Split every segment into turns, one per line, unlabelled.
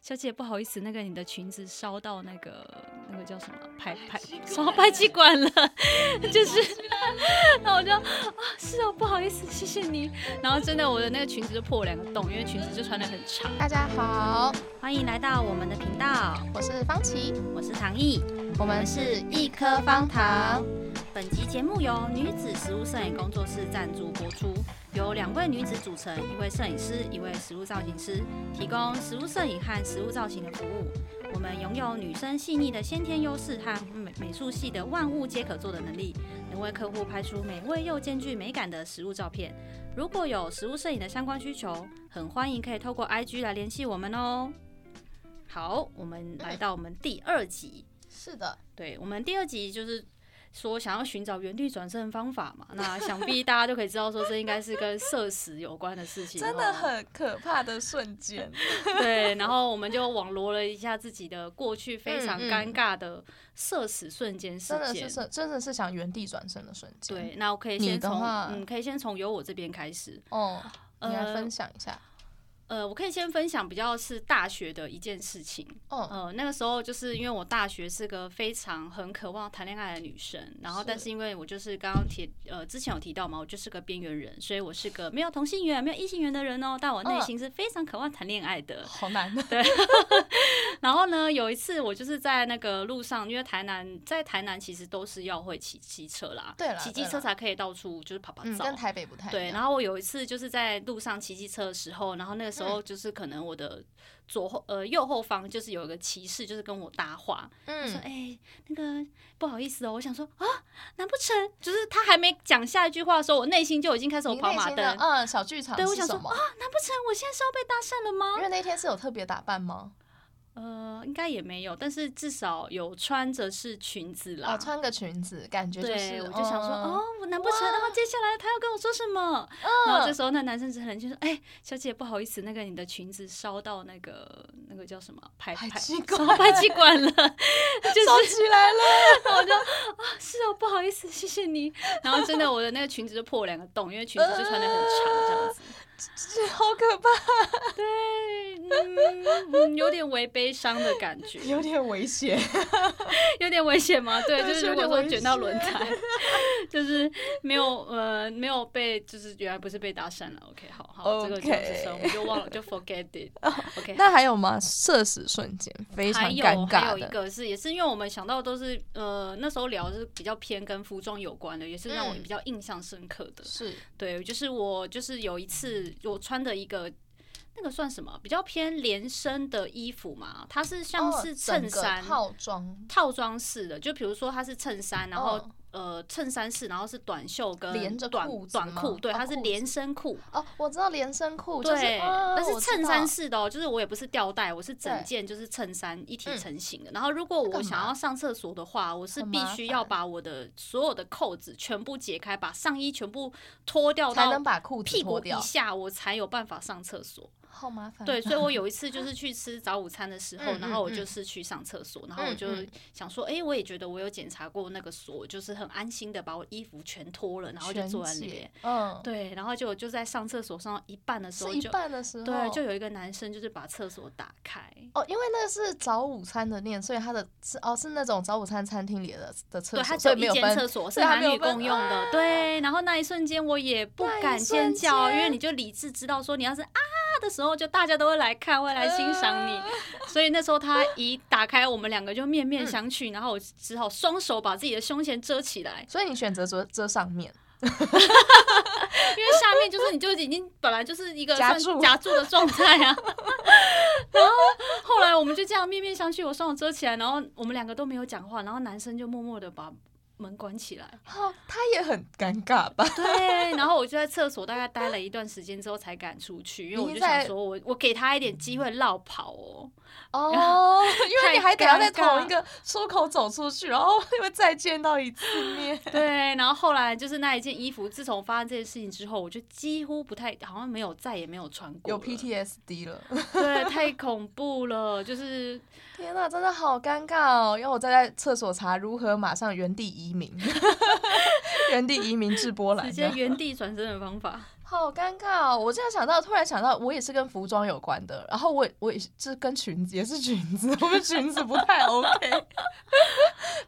小姐不好意思，那个你的裙子烧到那个那个叫什么排排烧排气管了， 就是，然后我就啊是哦，不好意思，谢谢你。然后真的我的那个裙子就破了两个洞，因为裙子就穿的很长。
大家好，
欢迎来到我们的频道，
我是方琦，
我是唐毅，
我们是一颗方糖。。
本集节目由女子食物摄影工作室赞助播出，由两位女子组成，一位摄影师，一位食物造型师，提供食物摄影和食物造型的服务。我们拥有女生细腻的先天优势和美美术系的万物皆可做的能力，能为客户拍出美味又兼具美感的食物照片。如果有食物摄影的相关需求，很欢迎可以透过 IG 来联系我们哦。好，我们来到我们第二集。
是的，
对我们第二集就是说想要寻找原地转身方法嘛，那想必大家就可以知道说这应该是跟社死有关的事情，
真的
吼
很可怕的瞬 间。
对。然后我们就网罗了一下自己的过去非常
嗯嗯
尴尬的社死瞬间事
真的
件
是。真真的是想原地转身的瞬间。，
对，那我可以
你
先
的
从
话
嗯，可以先从由我这边开始。
哦，你来
呃
分享一下。
呃，我可以先分享比较是大学的一件事情。
哦，
呃，那个时候就是因为我大学是个非常很渴望谈恋爱的女生，然后但
是
是因为我就是刚刚提呃之前有提到嘛，我就是个边缘人，所以我是个没有同性缘、没有异性缘的人哦，但我内
嗯
心是非常渴望谈恋爱的。
好难 的。
然后呢，有一次我就是在那个路上，因为台南在台南其实都是要会骑机车啦，
对啦
骑
对
机车
啦
才可以到处就是跑跑
嗯，
照。
跟台北不太一
对，
样
然后我有一次就是在路上骑机车的时候，然后那个时候
嗯
就是可能我的左后呃右后方就是有一个骑士，就是跟我搭话，他说：“
嗯，
哎、那个不好意思哦，我想说啊，难不成就是他还没讲下一句话的时候，我内心就已经开始有
你
跑
内
马
心
灯，
的嗯小剧场
对我
是
想说啊
什么？
难不成我现在是要被搭讪了
因
吗？
为那天是有特别打扮吗？
呃，应该也没有，但是至少有穿着是裙子啦。
啊，穿个裙子，感觉就
对，
是
我就想说，
嗯
哦，我难不成，然后接下来他要跟我说什 么？然后这时候那男生很冷静说，哎、小姐不好意思，那个你的裙子烧到那个那个叫什么排
排
排
气
烧
管
排 气管了， 就是
收起来了。
是哦，不好意思，谢谢你。 然后真的，我的那个裙子就破了两个洞，因为裙子就穿的很长这样子。
这好可怕，
嗯嗯，有点微悲伤的感觉，
有点危险。
有点危险吗？对，就
对
是如
有
果说
点危
卷到轮胎，就是没有呃没有被，就是原来不是被搭讪了。OK，好好，这个就是说我们就忘了，就 forget it。OK，
那还有吗？社死瞬间非常
还有
尴
还
尬
有一
的，
个是，也是因为我们想到都是呃那时候聊的是比较偏跟服装有关的，也是让我
嗯
比较印象深刻的。
是
对，就是我就是有一次我穿的一个那个算什么比较偏连身的衣服嘛，它是像
哦
是
整
衬
个
衫、
套装
套装式的，就比如说它是衬衫，然后、
嗯
呃衬衫式，然后是短袖跟
连着
短
裤子
短
吗
裤，对，
哦
它是
裤子
连身裤。
哦，我知道连身裤，就是
对，
嗯
但是
我知
衬衫
道
式的哦，就是我也不是吊带，我是整
对
件就是衬衫一体
嗯
成型的。然后如果我
干
想
嘛
要上厕所的话，我是
很
必
麻
须要
烦
把我的所有的扣子全部解开，把上衣全部脱掉
才
到
能把裤子
屁股
脱
以
掉，
下，我才有办法上厕所。
好麻烦。
对，所以我有一次就是去吃早午餐的时候，
嗯
然后我
嗯
就是去上厕所，然后我就
嗯嗯
想说，哎，我也觉得我有检查过那个锁，就是很安心的把我衣服全脱了，然后就
全
坐在那
解
边。
嗯，
对，然后就就在上厕所上到一半的时候
是一
就。
半哦的时候，
对，就有一个男生就是把厕所打开，
哦，因为那是早午餐的店，所以它的是哦是那种早午餐餐厅里的的厕
对
所，
他只
所
有
以没
一
有
间
分
厕所是
对他
男
没有
女
分啊
共用的，对。然后那一瞬间我也不
那一
敢尖
瞬
叫，因为
间
你就理智知道说你要是啊的时候，就大家都会来看，会来欣赏
啊
你。所以那时候他一打开，我们两个就面
嗯
面相觑，然后我只好双手把自己的胸前遮起来，
所以你选择遮遮上 面，
因为下面就是你就已经本来就是一个
夹
算
住
夹住的状态啊。然后后来我们就这样面面相觑，我双手遮起来，然后我们两个都没有讲话，然后男生就默默的把门关起来。
哦，他也很尴尬 吧？
对，然后我就在厕所大概待了一段时间之后才敢出去，因为我
你
就
是
想
在
说我我给他一点机会绕跑哦。
哦，因为你
太
还得要在
尴尬
同一个出口走出去，然后 又再见到一次面，
对，然后后来就是那一件衣服，自从发生这件事情之后，我就几乎不太好像没有再也没有穿过
有
了
PTSD 了。
对，太恐怖了，就是
天呐，真的好尴尬哦！要我再在厕所查如何马上 原地移民，原地移民至波兰，
直接原地转身的方法。
好尴尬、哦！我这样想到，突然想到，我也是跟服装有关的，然后我也我也是就是跟裙子也是裙子，我们裙子不太 OK。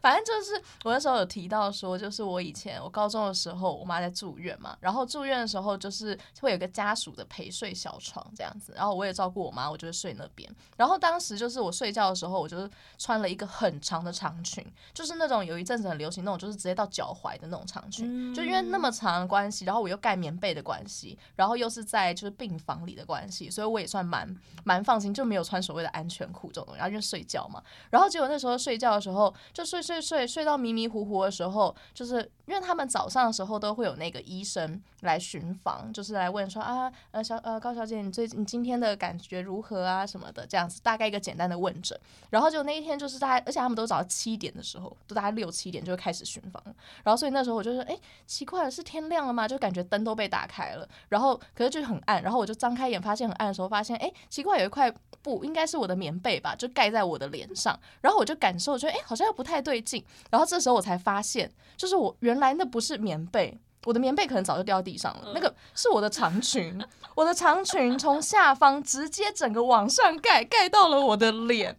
反正就是我那时候有提到说，就是我以前我高中的时候，我妈在住院嘛，然后住院的时候就是会有个家属的陪睡小床这样子，然后我也照顾我妈，我就会睡那边。然后当时就是我睡觉的时候，我就是穿了一个很长的长裙，就是那种有一阵子很流行那种，就是直接到脚踝的那种长裙，就因为那么长的关系，然后我又盖棉被的关系，然后又是在就是病房里的关系，所以我也算蛮蛮放心，就没有穿所谓的安全裤这种东西，然后就睡觉嘛。然后结果那时候睡觉的时候，就睡睡睡睡到迷迷糊糊的时候，就是因为他们早上的时候都会有那个医生来巡房，就是来问说啊，呃小呃高小姐，你最你今天的感觉如何啊什么的，这样子大概一个简单的问诊。然后就那一天就是大概，而且他们都早上七点的时候，都大概六七点就会开始巡房。然后所以那时候我就是，哎，奇怪了，是天亮了吗？就感觉灯都被打开了，然后可是就是很暗，然后我就张开眼发现很暗的时候，发现哎，奇怪有一块布，应该是我的棉被吧，就盖在我的脸上，然后我就感受，觉得哎好像又不太对劲，然后这时候我才发现，就是我原来那不是棉被。我的棉被可能早就掉地上了，那个是我的长裙，我的长裙从下方直接整个往上盖，盖到了我的脸，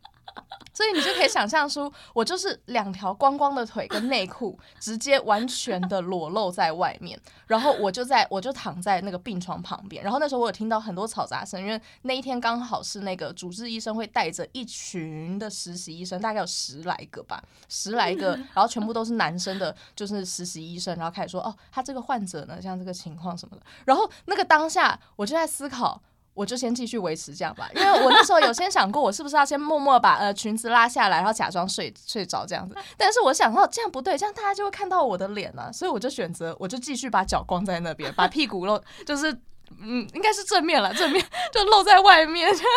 所以你就可以想象出，我就是两条光光的腿跟内裤直接完全的裸露在外面，然后我就在我就躺在那个病床旁边，然后那时候我有听到很多嘈杂声，因为那一天刚好是那个主治医生会带着一群的实习医生，大概有十来个吧，十来个，然后全部都是男生的，就是实习医生，然后开始说哦，他这个患者呢，像这个情况什么的，然后那个当下我就在思考，我就先继续维持这样吧，因为我那时候有先想过，我是不是要先默默把呃裙子拉下来，然后假装睡睡着这样子。但是我想到这样不对，这样大家就会看到我的脸啊，所以我就选择我就继续把脚光在那边，把屁股露，就是嗯，应该是正面了，正面就露在外面，
真的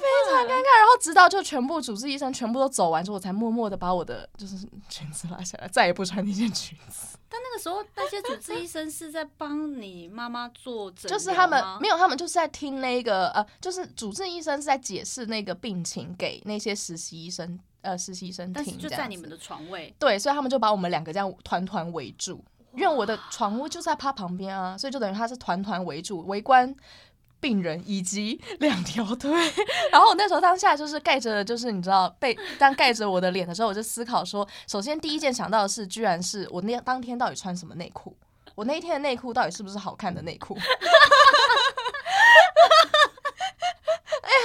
非常尴尬。然后直到就全部主治医生全部都走完之后，我才默默的把我的就是裙子拉下来，再也不穿那件裙子。
但那个时候，那些主治医生是在帮你妈妈做诊疗吗，
就是他们没有，他们就是在听那个呃，就是主治医生是在解释那个病情给那些实习医生呃实习生
但
听
是
这样子，
就在你们的床位，
对，所以他们就把我们两个这样团团围住，因为我的床位就在他旁边啊，所以就等于他是团团围住围观。病人以及 两条腿，然后我那时候当下就是盖着，就是你知道被当盖着我的脸的时候，我就思考说，首先第一件想到的是，居然是我那当天到底穿什么内裤，我那一天的内裤到底是不是好看的内裤？哎、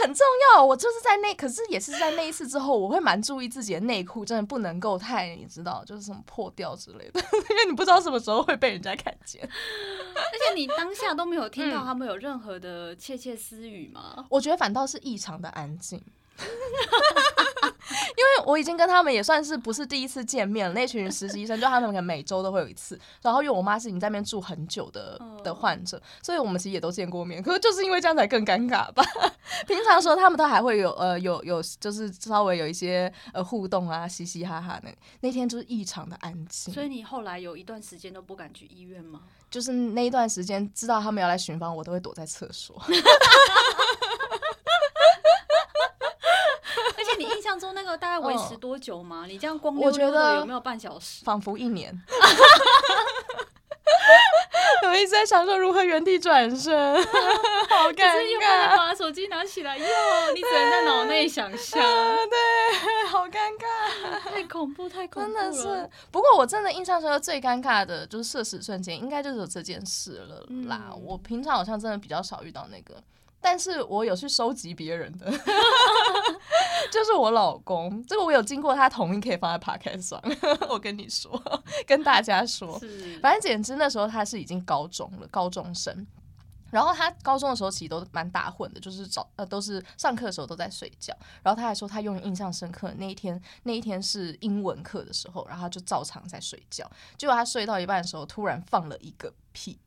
很重要，我就是在那，可是也是在那一次之后，我会蛮注意自己的内裤，真的不能够太，你知道，就是什么破掉之类的， 因为你不知道什么时候会被人家看见。
而且你当下都没有听到
嗯
他们有任何的窃窃私语吗？
我觉得反倒是异常的安静。 因为我已经跟他们也算是不是第一次见面了，那群实习生就他们可能每周都会有一次，然后因为我妈是已经在那边住很久的
嗯
的患者，所以我们其实也都见过面，可是就是因为这样才更尴尬吧。 平常的时候他们都还会有呃有有就是稍微有一些呃互动啊，嘻嘻哈哈的，那天就是异常的安静，
所以你后来有一段时间都不敢去医院吗？
就是那一段时间，知道他们要来巡房，我都会躲在厕所。
而且你印象中那个大概维持多久吗？你这样光溜
嗯我觉
溜的
得
有没有半小 时？
仿佛一年。我一直在想说如何原地转身， 好尴
就是又不能
尬，
把手机拿起来用，你只能在脑内想象，
对，好尴尬，
太恐怖，太恐
真
怖了。
的是。不过我真的印象中最尴尬的就是社死瞬间，应该就是有这件事了啦。
嗯
我平常好像真的比较少遇到那个，但是我有去收集别人的， 就是我老公，这个我有经过他同意，可以放在 podcast 上。 我跟你说，跟大家说，
是，
反正简之那时候他是已经高中了，高中生。然后他高中的时候其实都蛮打混的，就是早呃都是上课的时候都在睡觉。然后他还说他永远印象深刻那一天，那一天是英文课的时候，然后他就照常在睡觉。结果他睡到一半的时候，突然放了一个屁，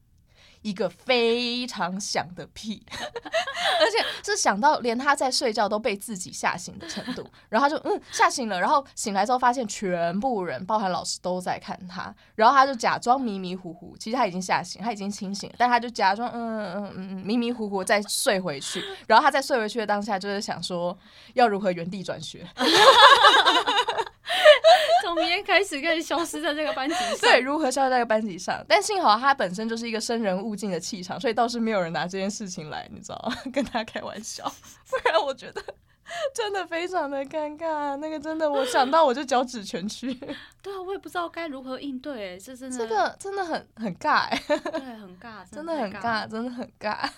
一个非常响的屁，而且是响到连他在睡觉都被自己吓醒的程度。然后他就嗯吓醒了，然后醒来之后发现全部人，包含老师都在看他，然后他就假装迷迷糊糊，其实他已经吓醒，他已经清醒了，但他就假装嗯嗯嗯嗯迷迷糊糊再睡回去。然后他在睡回去的当下，就是想说要如何原地转学。
从明天开始可以消失在这个班级上。
对，，如何消失在班级上？但幸好他本身就是一个生人勿近的气场，所以倒是没有人拿这件事情来，你知道吗， 跟他开玩笑。不然我觉得 真的非常的尴尬，那个真的，我想到我就脚趾蜷 曲，
对啊，我也不知道该如何应对，哎，这真的
这个真的很很尬、欸，
对很 尬，
嗯真的
的
很
太
尬，。真的很尬。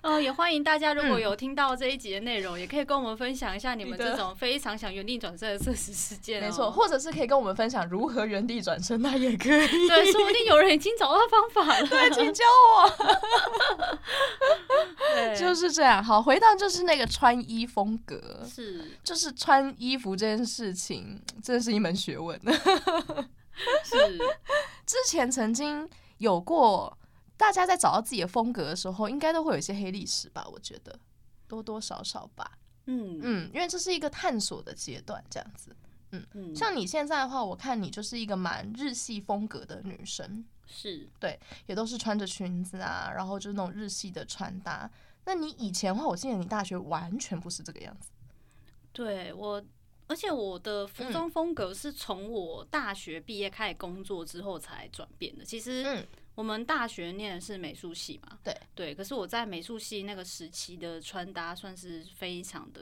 呃，也欢迎大家如果有听到这一集的内容，也可以跟我们分享一下你们
你嗯的
这种非常想原地转身的真实事件、哦。
没错，，或者是可以跟我们分享如何原地转身，那也可以。
对， 说不定有人已经找到方法了。
对，请教我。
对，
就是这样。好，回到就是那个穿衣风格，
是
就是穿衣服这件事情，真的是一门学问。
是，
之前曾经有过，大家在找到自己的风格的时候，应该都会有一些黑历史吧？我觉得多多少少吧。
嗯
嗯，因为这是一个探索的阶段，这样子。
嗯，
像你现在的话，我看你就是一个蛮日系风格的女生，
是
也都是穿着裙子啊，然后就是那种日系的穿搭。那你以前的话，我记得你大学完全不是这个样子。
对我，而且我的服装风格是从我大学毕业开始工作之后才转变的。其实，
嗯
我们大学念的是美术系嘛，
对
对，可是我在美术系那个时期的穿搭算是非常的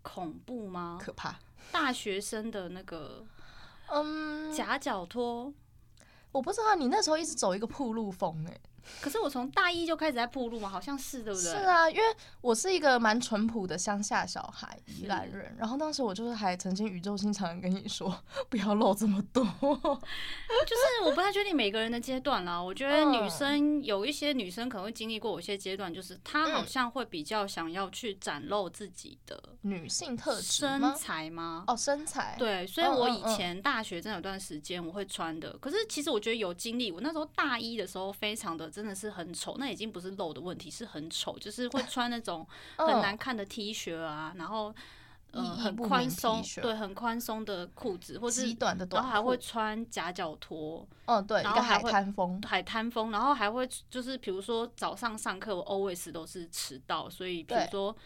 恐怖吗？
可怕。
大学生的那个
嗯，
夹脚拖，
我不知道你那时候一直走一个铺路风哎、
可是我从大一就开始在铺路嘛，好像是对不对？
是，啊，因为我是一个蛮淳朴的乡下小孩，宜兰人。然后当时我就是还曾经语重心长的跟你说， 不要露这么多。
就是我不太确定每个人的阶段 啦。我觉得女
嗯
生有一些女生可能会经历过有些阶段，就是她好
嗯
像会比较想要去展露自己的
女性嗯特质
身
吗？
材吗？
哦，身材。，
对，所以我以
嗯嗯
前大学真的有段时间我会穿的，可是其实我觉得有经历，我那时候大一的时候非常的真的是很丑，那已经不是露的问题，是很丑，就是会穿那种很
嗯
难看的 T 恤啊，然后呃
意义
很
不
宽
明 T
松，
恤
对，很宽松的裤子，或是
极短的短
然后
裤，
还会穿夹脚拖、
嗯，对，一
然后
个
还
海
会
滩风。
海滩风，然后还会就是比如说早上上课我 always 都是迟到，所以比如
对
说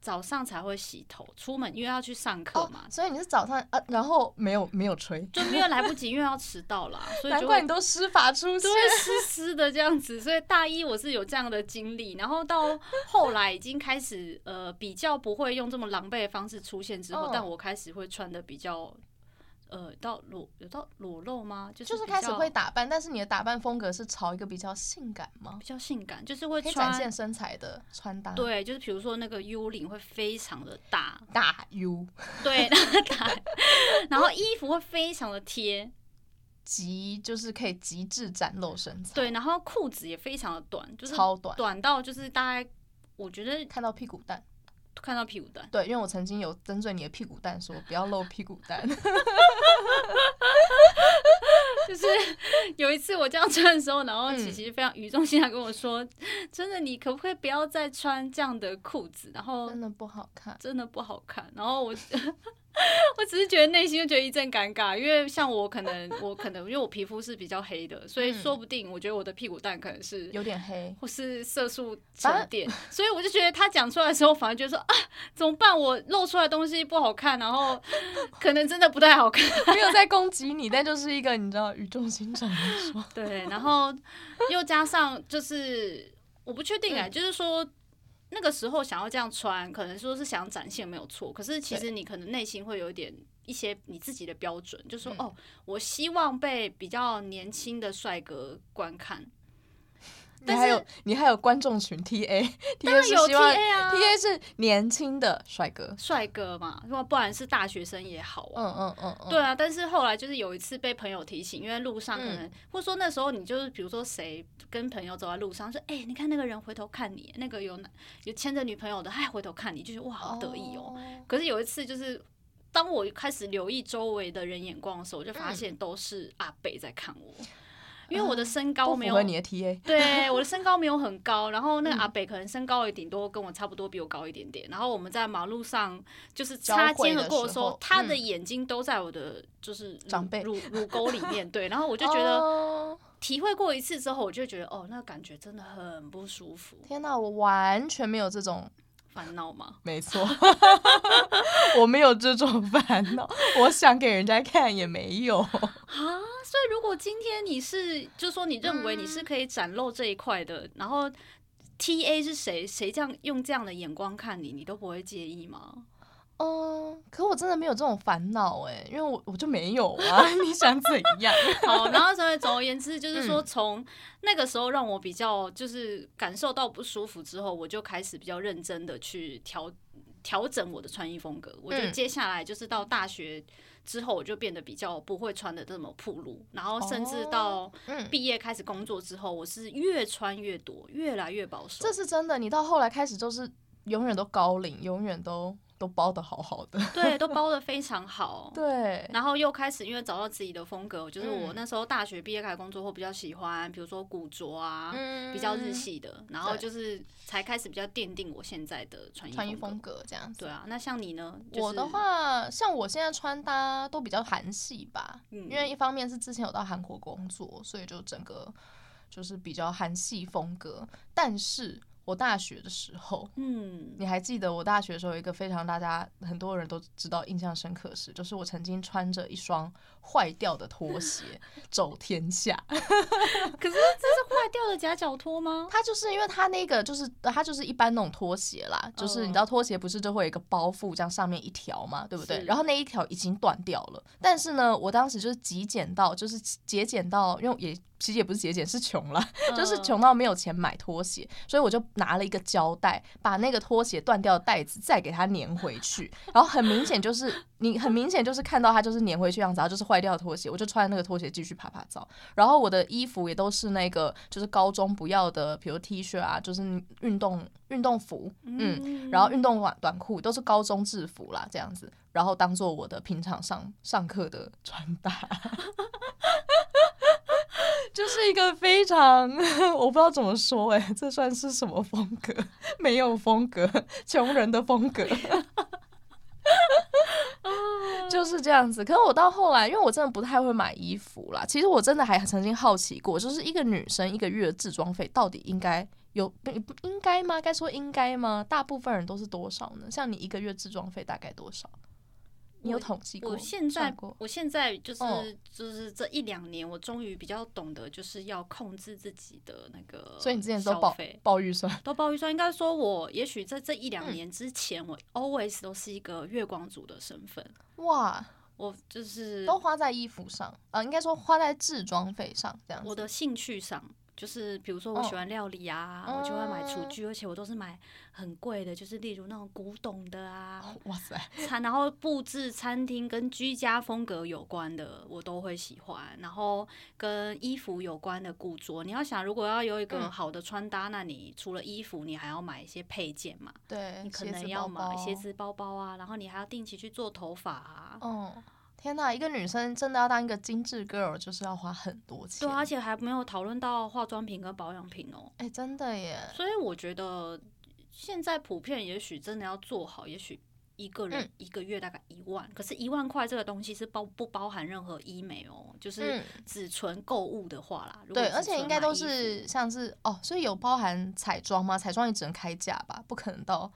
早上才会洗头，出门因为要去上课
哦
嘛，，
所以你是早上啊，然后没有没有吹，
就因为来不及，因为要迟到啦，所以
难
就
怪
会
你都施法出
就
现
会。湿湿的这样子。所以大一我是有这样的经历，然后到后来已经开始呃比较不会用这么狼狈的方式出现之后，
嗯
但我开始会穿的比较呃到裸有到裸露吗？就是
就是
比
开始
较
会打扮，但是你的打扮风格是朝一个比较性感吗
比？较性感，就是会
可以展
穿
现身材的穿搭。，
对，就是比如说那个 U 领会非常的大，
大 U
对， 大，然后衣服会非常的贴，
极就是可以极致展露身材。
对，然后裤子也非常的短，就是
超短，
短到就是大概，我觉得
看到屁股蛋。
看到屁股蛋，
对，因为我曾经有针对你的屁股蛋说不要露屁股 蛋，
就是 有一次我这样穿的时候，然后
嗯
琪琪非常语重心长跟我说：“真的，你可不可以不要再穿这样的裤子？”然后
真的不好看。
真的不好看。然后我 我只是觉得内心就觉得一阵尴尬，因为像我可能我可能因为我皮肤是比较黑的，所以
嗯
说不定我觉得我的屁股蛋可能是。
有点 黑，
或是色素沉淀，所以我就觉得他讲出来的时候，反而觉得说啊，怎么办？我露出来的东西不好看，然后可能真的不太好看。
没有在攻击你，但就是一个你知道语重心长的说，
对，然后又加上就是我不确定
嗯
哎、就是说那个时候想要这样穿，可能说是想展现没有错，可是其实你可能内心会有一点一些你自己的标准，就说、
嗯
哦，我希望被比较年轻的帅哥观看，
你
但
还
是
有你还有观众群 TA，TA 是
有
希望
TA 啊
TA 是年轻的帅哥，
帅哥嘛，要不然是大学生也好啊。
嗯嗯嗯嗯，
对啊，但是后来就是有一次被朋友提醒，因为路上可
嗯
能，或者说那时候你就是，比如说谁跟朋友走在路上，说，哎、你看那个人回头看你，那个有男有牵着女朋友的，还回头看你，就是哇，好得意哦。可是有一次就是。当我开始留意周围的人眼光的时候，我就发现都是阿北在看我，因为我的身高
啊不
没
符
有
合你的 TA，
对，我的身高没有很高，然后那个
嗯
阿北可能身高也顶多跟我差不多，比我高一点点。然后我们在马路上就是擦肩而过的时
交汇的时
候
候，嗯
他的眼睛都在我的就是乳
长辈哦
乳乳沟里面，对。然后我就觉得
得
体会过一哦次之后，我就觉得哦，那个感觉真的很不舒服。
天哪，我完全没有这种
烦恼吗？
没 错，我没有这种烦恼，我想给人家看也没有。
啊，所以如果今天你是，就说你认为你
嗯
是可以展露这一块的，然后 T A 是谁，谁这样用这样的眼光看你，你都不会介意吗？
嗯，可我真的没有这种烦恼哎，因为我我就没有 啊。你想怎样？
好，然后所以总而言之，就是说
嗯
从那个时候让我比较就是感受到不舒服之后，我就开始比较认真的去调调整我的穿衣风格。我就
嗯
接下来就是到大学之后，我就变得比较不会穿的这么暴露，然后甚至
哦
到
嗯，
毕业开始工作之后，我是越穿越多，越来越保守
这。是真的。你到后来开始就是永远都高领，永远都都包的好好 的。
对，都包的非常好。
对，
然后又开始因为找到自己的风格，就是我
嗯
那时候大学毕业开始工作后比较喜欢，比如说古着 啊，
嗯
比较日系的，然后
对
就是才开始比较奠定我现在的穿衣
穿衣
风
风
格。
格这样子。
对啊，那像你呢？就是
我的
话像我现在穿搭都比较韩系吧，
嗯
因为一方面是之前有到韩国工作，所以就整个就是比较韩系风格。但是我大学的时候，
嗯
你还记得我大学的时候有一个非常大家很多人都知道印象深刻的事，就是我曾经穿着一双坏掉的拖鞋走天下。
可是这是坏掉的夹脚拖吗？
它就是因为它那个就是它就是一般那种拖鞋啦，就是你知道拖鞋不是就会有一个包覆这样上面一条嘛，对不对
是？
然后那一条已经断掉了，但是呢，我当时就是极简到就是节俭到，因为也其实也不是节俭，是穷啦， 就是
嗯
穷到没有钱买拖鞋，所以我就拿了一个胶带，把那个拖鞋断掉的带子再给它粘回去，然后很明显就是你很明显就是看到它就是粘回去样子，然后就是坏掉的拖鞋，我就穿那个拖鞋继续爬爬照，然后我的衣服也都是那个就是高中不要的，比如 T 恤啊，就是运动运动服，嗯，然后运动短短裤都是高中制服啦，这样子，然后当做我的平常上上课的穿搭， 就是一个非常 我不知道怎么说哎、这算是什么风格？ 没有风格，穷人的风格。就是这样子，可是我到后来，因为我真的不太会买衣服啦。其实我真的还曾经好奇过，就是一个女生一个月的置装费到底应该有不不应该吗？该说应该吗？大部分人都是多少呢？像你一个月置装费大概多少？你有统计过？
我现在
算过
我现在就是、
哦
就是这一两年，我终于比较懂得就是要控制自己的那个消费，
所以你之前都报报预算，
都报预算，应该说我也许在这一两
嗯
年之前，我 always 都是一个月光族的身份。
哇，
我就是
都花在衣服上啊、呃应该说花在置装费上这样
我
子。
的兴趣上，就是比如说我
哦
喜欢料理啊，我就会买厨具，而且我都是买很贵的，就是例如那种古董的啊，
哇塞，
餐，然后布置餐厅跟居家风格有关的，我都会喜欢。然后跟衣服有关的古着，你要想，如果要有一个
嗯
好的穿搭，那你除了衣服，你还要买一些配件嘛，
对，
你可
嗯鞋
能
子
要
包包
买鞋子、包包啊，然后你还要定期去做头发啊。
哦，天哪，一个女生真的要当一个精致 girl，就是要花很多钱。
对啊，而且还没有讨论到化妆品跟保养品哦。
哎、真的耶，
所以我觉得现在普遍，也许真的要做好，也许一个人
嗯
一个月大概一万，可是，一万块这个东西是包不包含任何医美哦，就是
嗯
只纯购物的话啦。如果
对，
只
而且
纯
应该
买
都
衣服
是像是哦，所以有包含彩妆吗？彩妆也只能开价吧，不可能到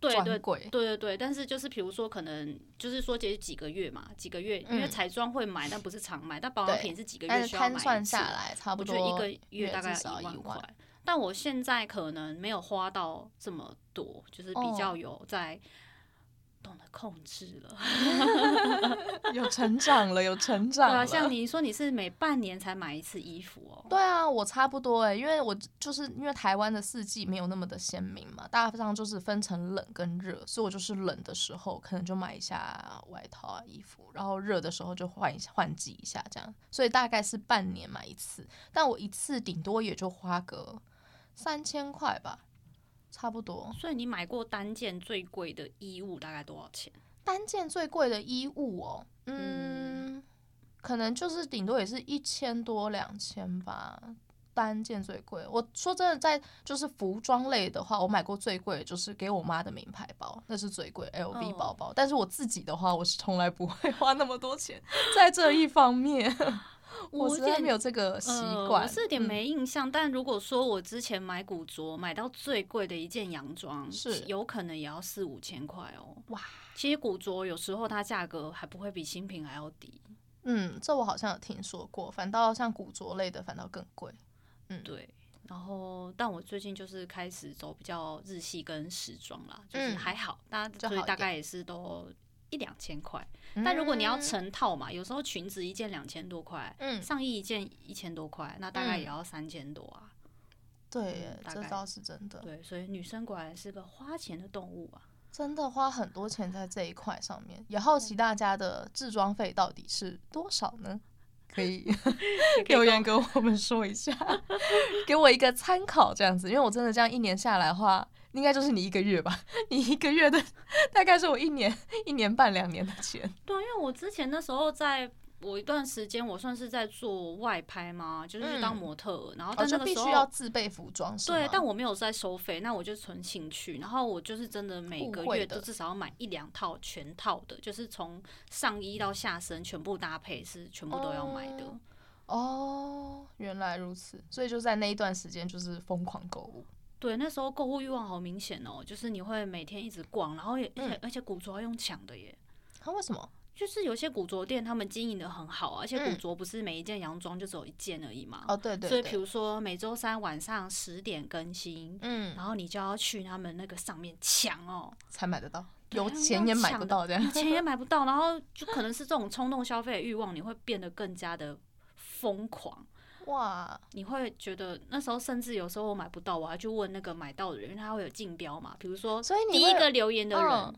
对
专
对。
柜。
对对对，但是就是比如说，可能就是说，也许几个月嘛，几个月，因为
嗯
彩妆会买，但不是常买，但保养
对
品是几个
但
月
是
需要买
摊
一
算
次
下来，差不
我觉
多
得一个月大概
至少
一
一
万块。但我现在可能没有花到这么多，就是比较
哦
有在懂得控制了。
有成长了，有成
对
长
啊，
了。
像你说你是每半年才买一次衣服哦。
对啊，我差不多哎、因为我就是因为台湾的四季没有那么的鲜明嘛，大致上就是分成冷跟热，所以我就是冷的时候可能就买一下外套啊衣服，然后热的时候就换一下换季一下这样，所以大概是半年买一次，但我一次顶多也就花个三千块吧，差不多。
所以你买过单件最贵的衣物大概多少钱？
单件最贵的衣物哦，嗯，可能就是顶多也是一千多两千吧。单件最贵，我说真的，在就是服装类的话，我买过最贵的就是给我妈的名牌包，那是最贵 LV
哦
包包。但是我自己的话，我是从来不会花那么多钱在这一方面。 我
我
实在
有
没
点
有这个习
呃
惯。
我是有点
嗯
没印象。但如果说我之前买古着买到最贵的一件洋装，
是
有可能也要四五千块哦。
哇，
其实古着有时候它价格还不会比新品还要低。
嗯，这我好像有听说过，反倒像古着类的反倒更贵。嗯
对，然后但我最近就是开始走比较日系跟时装啦，就是
嗯
还好，大家
就
所以
好一
大
点
概也是都一两千块。但如果你要
嗯，
成套嘛，有时候裙子一件两千多块，
嗯，
上衣一件一千多块，那大概
嗯
也要三千多啊。
对耶
嗯，大
这
概
倒是真的，
对，所以女生果然是个花钱的动物啊。
真的花很多钱在这一块上面。也好
嗯
奇大家的置装费到底是多少 呢？可以 留言给我们说一下， 给我一个参考，这样子，因为我真的这样一年下来的话，应该就是你一个月吧， 你一个月的大概是我一年、一年半、两年的钱。
对，啊因为我之前那时候在。我一段时间，我算是在做外拍嘛，就是去当
嗯
模特儿，然后
哦，
但
就
那个
必
时候、
须要自备服装，是
对
吗，
但我没有在收费，那我就纯兴趣。然后我就是真的每
互
个
惠
月
的
都至少要买一两套全套的，就是从上衣到下身全部搭配是全部都要买的。
哦哦，原来如此，所以就在那一段时间就是疯狂购物，
对，那时候购物欲望好明显哦，就是你会每天一直逛，然后也
嗯
而且、而且古着要用抢的耶。
他、为什么？
就是有些古着店，他们经营的很好啊，而且古
嗯
着不是每一件洋装就只有一件而已嘛。
哦，对对
所以
对，
比如说每周三晚上十点更新，
嗯，
然后你就要去他们那个上面抢哦，
才买得到，
对
有
他们
钱
用
也买
抢
不
的
到这样
有。 钱也买不到，然后就可能是这种冲动消费的欲望，你会变得更加的疯狂。
哇，
你会觉得那时候甚至有时候我买不到，我还去问那个买到的人，因为他会有竞标嘛。比如说
所以哦你
第一
会
个留言的人，
嗯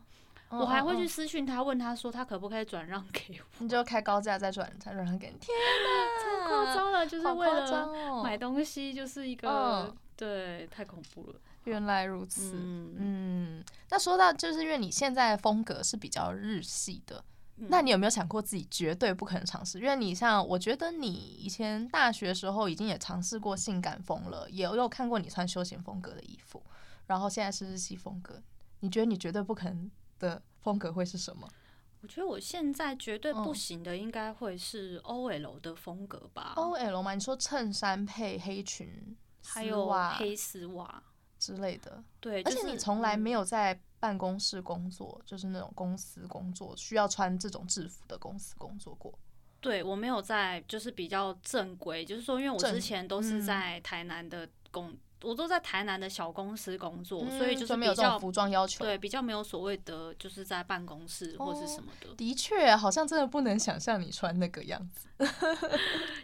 我还会，
嗯
去
嗯
私讯他，问他说他可不可以转让给我。
嗯你就开高价再转，再转让给你。天哪，
夸张了，就是
嗯好
为
夸
了
张哦！
买东西，就是一个、
嗯
对，太恐怖了。
原来如此，
嗯，
嗯，那说到就是因为你现在的风格是比较日系的，
嗯
那你有没有想过自己绝对不可能尝试？因为你像，我觉得你以前大学时候已经也尝试过性感风了，也有看过你穿休闲风格的衣服，然后现在是日系风格，你觉得你绝对不可能的风格会是什么？
嗯我觉得我现在绝对不
嗯
行的，应该会是 OL 的风格吧，
O L 哎吗？你说衬衫配黑裙、
还
丝
有
袜
黑丝袜。
之类的，
对，
而
就
且你
是
从来没
嗯
有在办公室工作，就是那种公司工作需要穿这种制服的公司工作过。
对我没有在，就是比较正规，就是说，因为我
正
之前都是
嗯
在台南的工，我都在台南的小公司工作，
嗯
哦所以就是
没有
比
这种
较
服装要求。
对比较没有所谓的，就是在办公室或是
哦
什么的，
的确，好像真的不能想象你穿那个样子。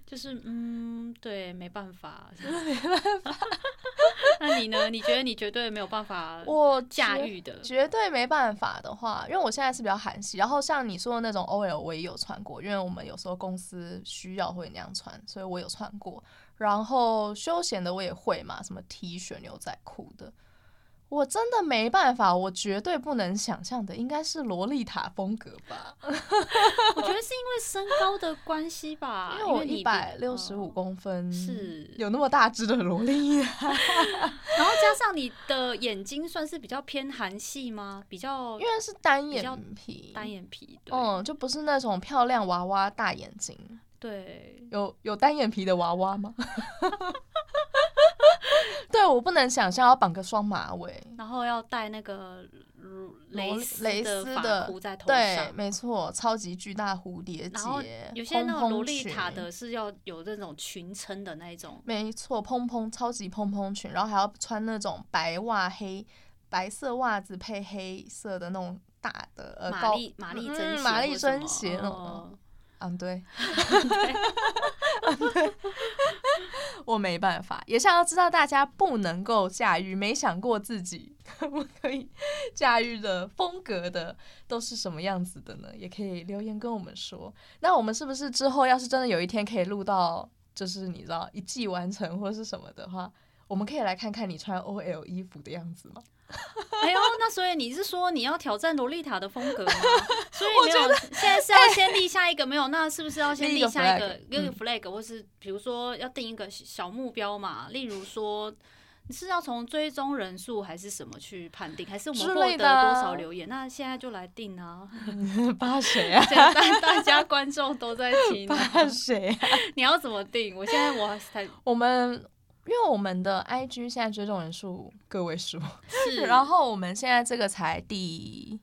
就是嗯，对，没办 法，没办法。 那你呢？你觉得你绝对没有办法
我
驾
觉
驭的？
绝对没办法的话，因为我现在是比较韩系，然后像你说的那种 OL 我也有穿过，因为我们有时候公司需要会那样穿，所以我有穿过。然后休闲的我也会嘛，什么 T 恤、牛仔裤的，我真的没办法，我绝对不能想象的应该是洛丽塔风格吧，
啊我觉得是因为身高的关系吧，
因为
因
我
你
一
比
百六十五。
嗯
公分，
是，
有那么大只的 萝莉啊。
然后加上你的眼睛算是比较偏韩系吗？比较
因为是单
比较
眼皮，
单眼皮，对、
嗯，就不是那种漂亮娃娃大眼睛，
对，
有有单眼皮的娃娃吗？ 对，我不能想象要绑个双马尾，
然后要戴那个如蕾
萝
丝
蕾
的
丝
发
的
箍在头
对，
上。
没错，超级巨大蝴蝶
然后
结，
有些那种
蓬
洛
蓬
丽
裙
塔的是要有那种裙撑的那一种，
没错，蓬蓬超级蓬蓬裙，然后还要穿那种白袜黑白色袜子配黑色的那种大的呃
玛
高
丽玛丽
嗯
珍鞋或什么、
玛丽珍鞋那种
哦
嗯， 对， 我没办法，也想要知道大家不能够驾驭，没想过自己 可不可以驾驭的风格的都是什么样子的呢？也可以留言跟我们说。那我们是不是之后要是真的有一天可以录到，就是你知道一季完成或是什么的话，我们可以来看看你穿 OL 衣服的样子吗？
哎呦，那所以你是说你要挑战洛丽塔的风 格吗？所以没有，现在是要先立下一个没有？那是不是要先
立一
立
个
下一
flag，嗯
个一个 flag，或是比如说要定一个小目标嘛？例如说你是要从追踪人数还是什么去判定，还是我们
之
获
类
得
的啊
多少留言？那现在就来定啊！
扒谁啊？
现在大家观众都在听啊、
扒谁啊？
你要怎么定？我现在我才
我们因为我们的 IG 现在追踪人数个位数，
是，
然后我们现在这个才第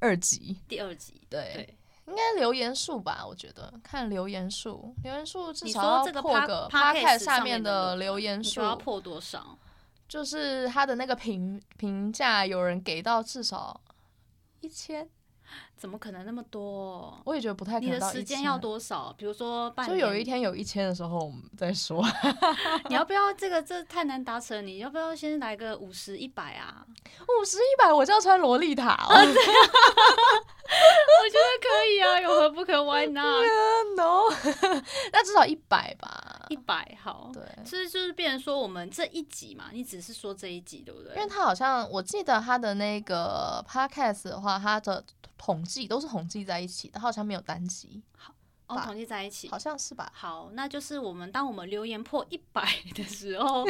二集，
第二集，
对。
对，
应该留言数吧，我觉得看留言数，留言数至
你
少
说
要
这个
破
pod-
个
podcast
下
上面
的
的
留言
你
数
说，要破多少？
就是他的那个评评价，有人给到至少一千，
怎么可能那么多？
我也觉得不太可
你
能
的
到1000。
时间要多少？比如说半
就
年，
有一天有一千的时候，我们 再说。
你要不要这个？这太难达成，你要不要先来个五十、一百 啊？
五十一百，我就要穿洛丽塔、哦。
我觉得可以啊，有何不可？Why not？
no，那至少一百吧。
一百好，
对，
是就是变成说我们这一集嘛，你只是说这一集对不对？
因为他好像我记得他的那个 podcast 的话，他的统计都是统计在一起的，他好像没有单集，
哦，统计在一起
好。像是吧？
好，那就是我们当我们留言破一百 的时候，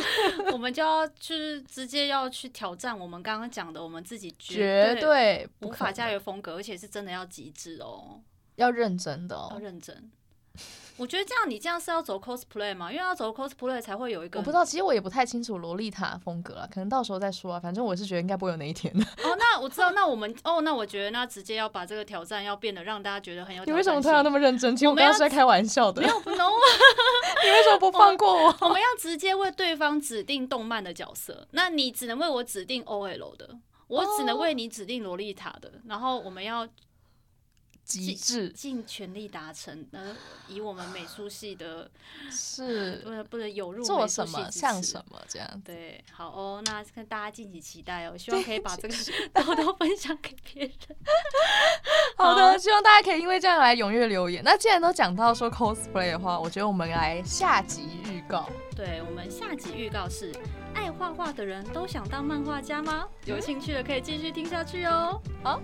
我们就要去直接要去挑战我们刚刚讲的，我们自己
绝
对
对不
无
可
法驾
能
驭风格，而且是真的要极致哦，
要认真的
要
哦。
认真。我觉得这样你这样是要走 cosplay 嘛，因为要走 cosplay 才会有一个
我不知道，其实我也不太清楚洛丽塔风格了，可能到时候再说啊。反正我是觉得应该不会有那一天的。
哦，那我知道，那我们哦，那我觉得那直接要把这个挑战要变得让大家觉得 很有
你
挑
为
战性。
什么突然那么认真？其实我
我
刚
们
刚
要
是在开玩笑的。
没
你
有不 no，
为什么不放过我？
我们要直接为对方指定动漫的角色，那你只能为我指定 OL 的，我只
哦
能为你指定洛丽塔的，然后我们要
极致
尽全力达成，呃，以我们美术系的不
是
能不能有入美
做
术
什
系
么
之
像
耻
什么这样。
对，好哦，那跟大家敬请期待哦，希望可以把这个 多多分享给别人。
好的，希望大家可以因为这样来踊跃留言。那既然都讲到说 cosplay 的话，我觉得我们来下集预告。
对我们下集预告是：爱画画的人都想当漫画家吗？有兴趣的可以继续听下去哦。
好，